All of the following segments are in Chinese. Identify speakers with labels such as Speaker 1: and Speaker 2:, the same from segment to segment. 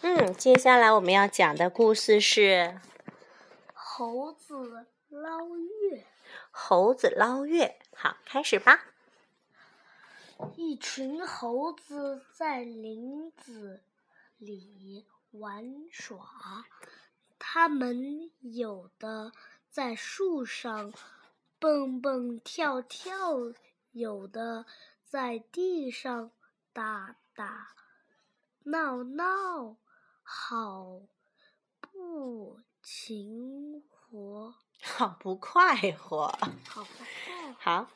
Speaker 1: 嗯，接下来我们要讲的故事是
Speaker 2: 猴子捞月。
Speaker 1: 猴子捞月。好，开始吧。
Speaker 2: 一群猴子在林子里玩耍，它们有的在树上蹦蹦跳跳，有的在地上打打闹闹，好不勤活，
Speaker 1: 好不快活。
Speaker 2: 好不快活。
Speaker 1: 好，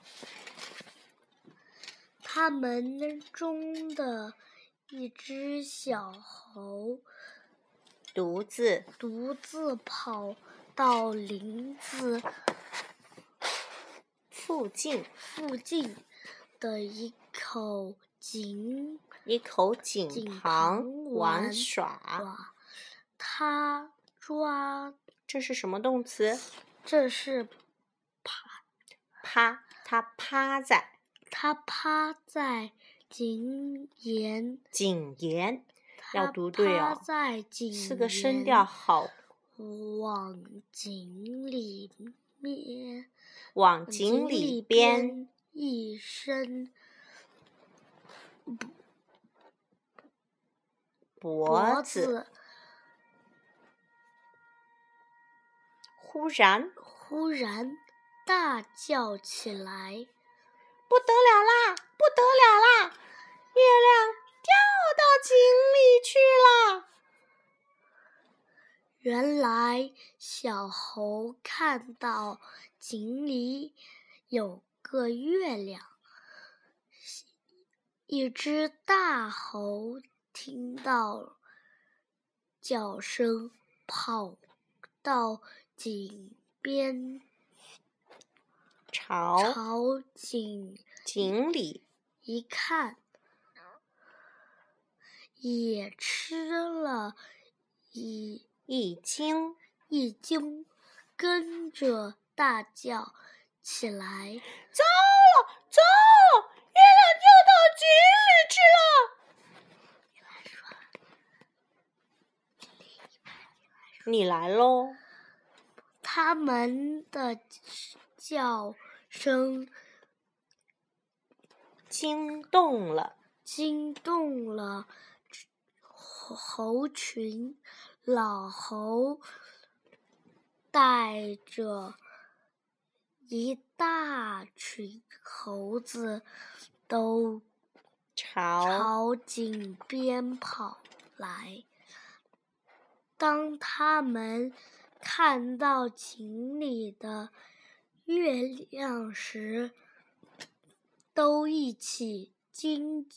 Speaker 2: 他们中的一只小猴
Speaker 1: 独自
Speaker 2: 独自跑到林子
Speaker 1: 附近
Speaker 2: 附近的一口井
Speaker 1: 一口井
Speaker 2: 井
Speaker 1: 旁
Speaker 2: 旁
Speaker 1: 玩
Speaker 2: 玩
Speaker 1: 耍。
Speaker 2: 哇，他抓
Speaker 1: 这是什么动词？
Speaker 2: 这是
Speaker 1: 趴，它趴在
Speaker 2: 他趴在井沿，
Speaker 1: 井沿，要
Speaker 2: 他
Speaker 1: 读对
Speaker 2: 趴
Speaker 1: 哦
Speaker 2: 在井
Speaker 1: 是个声
Speaker 2: 沿
Speaker 1: 调好，
Speaker 2: 往井里面。
Speaker 1: 往
Speaker 2: 井
Speaker 1: 井里边
Speaker 2: 一伸
Speaker 1: 脖
Speaker 2: 脖
Speaker 1: 子。
Speaker 2: 子，
Speaker 1: 忽然，
Speaker 2: 忽然大叫起来。
Speaker 1: 不得了啦，不得了啦！月亮掉到井里去了。
Speaker 2: 原来小猴看到井里有个月亮，一只大猴听到叫声，跑到井边
Speaker 1: 朝
Speaker 2: 朝井
Speaker 1: 井里
Speaker 2: 一看，也吃了一
Speaker 1: 一惊，
Speaker 2: 一惊，跟着大叫起来。
Speaker 1: 糟了，糟了！月亮掉到井里去了。你来喽！
Speaker 2: 他们的叫声
Speaker 1: 惊动了
Speaker 2: 惊动了猴群，老猴带着一大群猴子都
Speaker 1: 朝
Speaker 2: 朝井边跑来。当他们看到井里的月亮时，都一起惊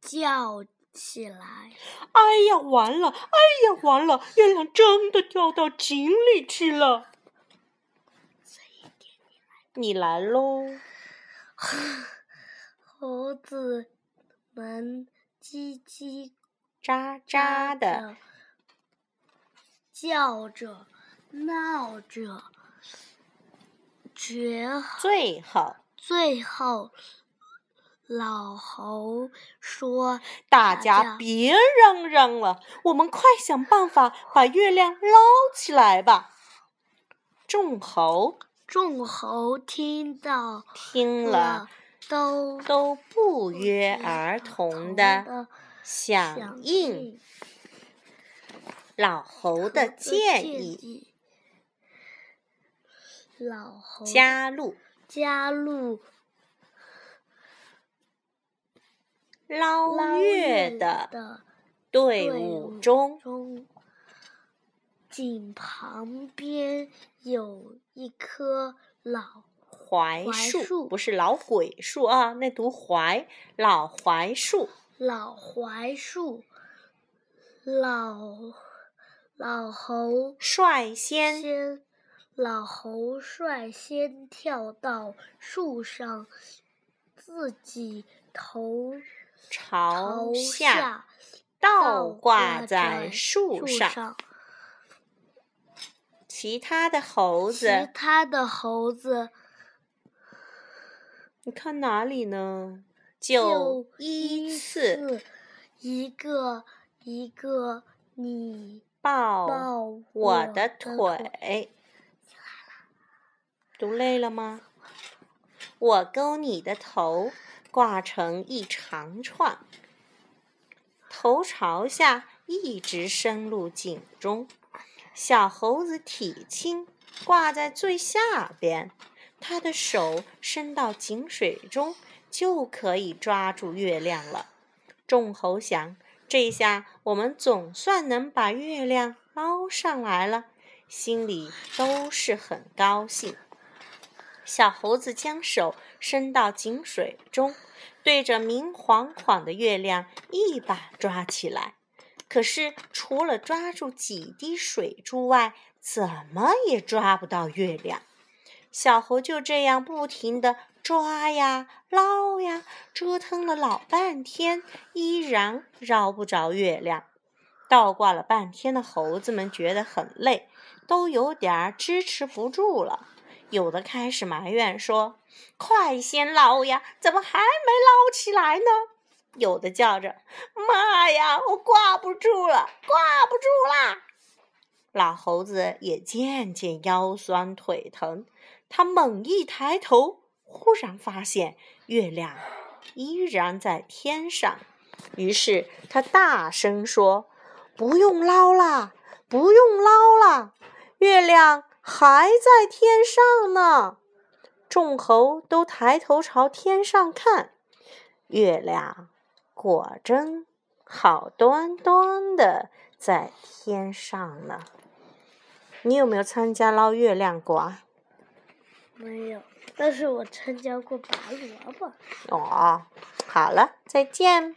Speaker 2: 叫起来。
Speaker 1: 哎呀，完了！哎呀，完了！月亮真的掉到井里去了。你来喽！
Speaker 2: 猴子们叽叽
Speaker 1: 喳喳的
Speaker 2: 地叫着，闹着，绝
Speaker 1: 最好，
Speaker 2: 最后，老猴说
Speaker 1: 大
Speaker 2: 大
Speaker 1: 家
Speaker 2: 家
Speaker 1: 别嚷嚷了，我们快想办法把月亮捞起来吧。众猴：“
Speaker 2: 众猴听到
Speaker 1: 听
Speaker 2: 了
Speaker 1: 了，
Speaker 2: 都
Speaker 1: 都嗯不约
Speaker 2: 约
Speaker 1: 而同
Speaker 2: 同
Speaker 1: 的
Speaker 2: 地
Speaker 1: 响
Speaker 2: 响
Speaker 1: 应
Speaker 2: 应
Speaker 1: 老猴的
Speaker 2: 猴
Speaker 1: 建议，
Speaker 2: 议。”老猴
Speaker 1: 加入
Speaker 2: 加入
Speaker 1: 捞
Speaker 2: 捞
Speaker 1: 月
Speaker 2: 月
Speaker 1: 的
Speaker 2: 的
Speaker 1: 队
Speaker 2: 队
Speaker 1: 伍
Speaker 2: 伍
Speaker 1: 中。
Speaker 2: 中，井旁边有一棵老
Speaker 1: 槐
Speaker 2: 槐
Speaker 1: 树，
Speaker 2: 树
Speaker 1: 不是老鬼树啊，那读槐，老槐树
Speaker 2: 老槐树，老老猴
Speaker 1: 率先
Speaker 2: 先，老猴率先跳到树上，自己头
Speaker 1: 朝
Speaker 2: 头
Speaker 1: 下
Speaker 2: 下
Speaker 1: 倒挂在
Speaker 2: 在
Speaker 1: 树上，
Speaker 2: 上，
Speaker 1: 其他的猴
Speaker 2: 其
Speaker 1: 子，
Speaker 2: 他的猴子
Speaker 1: 你看哪里呢？
Speaker 2: 就
Speaker 1: 依次
Speaker 2: 一个一个你
Speaker 1: 抱
Speaker 2: 抱
Speaker 1: 我的
Speaker 2: 的
Speaker 1: 腿。读累了吗？我勾你的头，挂成一长串，头朝下一直伸入井中。小猴子体轻，挂在最下边，它的手伸到井水中就可以抓住月亮了。众猴想，这下我们总算能把月亮捞上来了，心里都是很高兴。小猴子将手伸到井水中，对着明晃晃的月亮一把抓起来。可是除了抓住几滴水珠外，怎么也抓不到月亮。小猴就这样不停地抓呀、捞呀，折腾了老半天，依然绕不着月亮。倒挂了半天的猴子们觉得很累，都有点儿支持不住了。有的开始埋怨说：“快先捞呀，怎么还没捞起来呢？”有的叫着：“妈呀，我挂不住了，挂不住啦！”老猴子也渐渐腰酸腿疼，他猛一抬头，忽然发现月亮依然在天上，于是他大声说：“不用捞啦，不用捞啦，月亮还在天上呢！”众猴都抬头朝天上看，月亮果真好端端的在天上呢。你有没有参加捞月亮过啊？
Speaker 2: 没有，但是我参加过拔萝卜。
Speaker 1: 哦，好了，再见。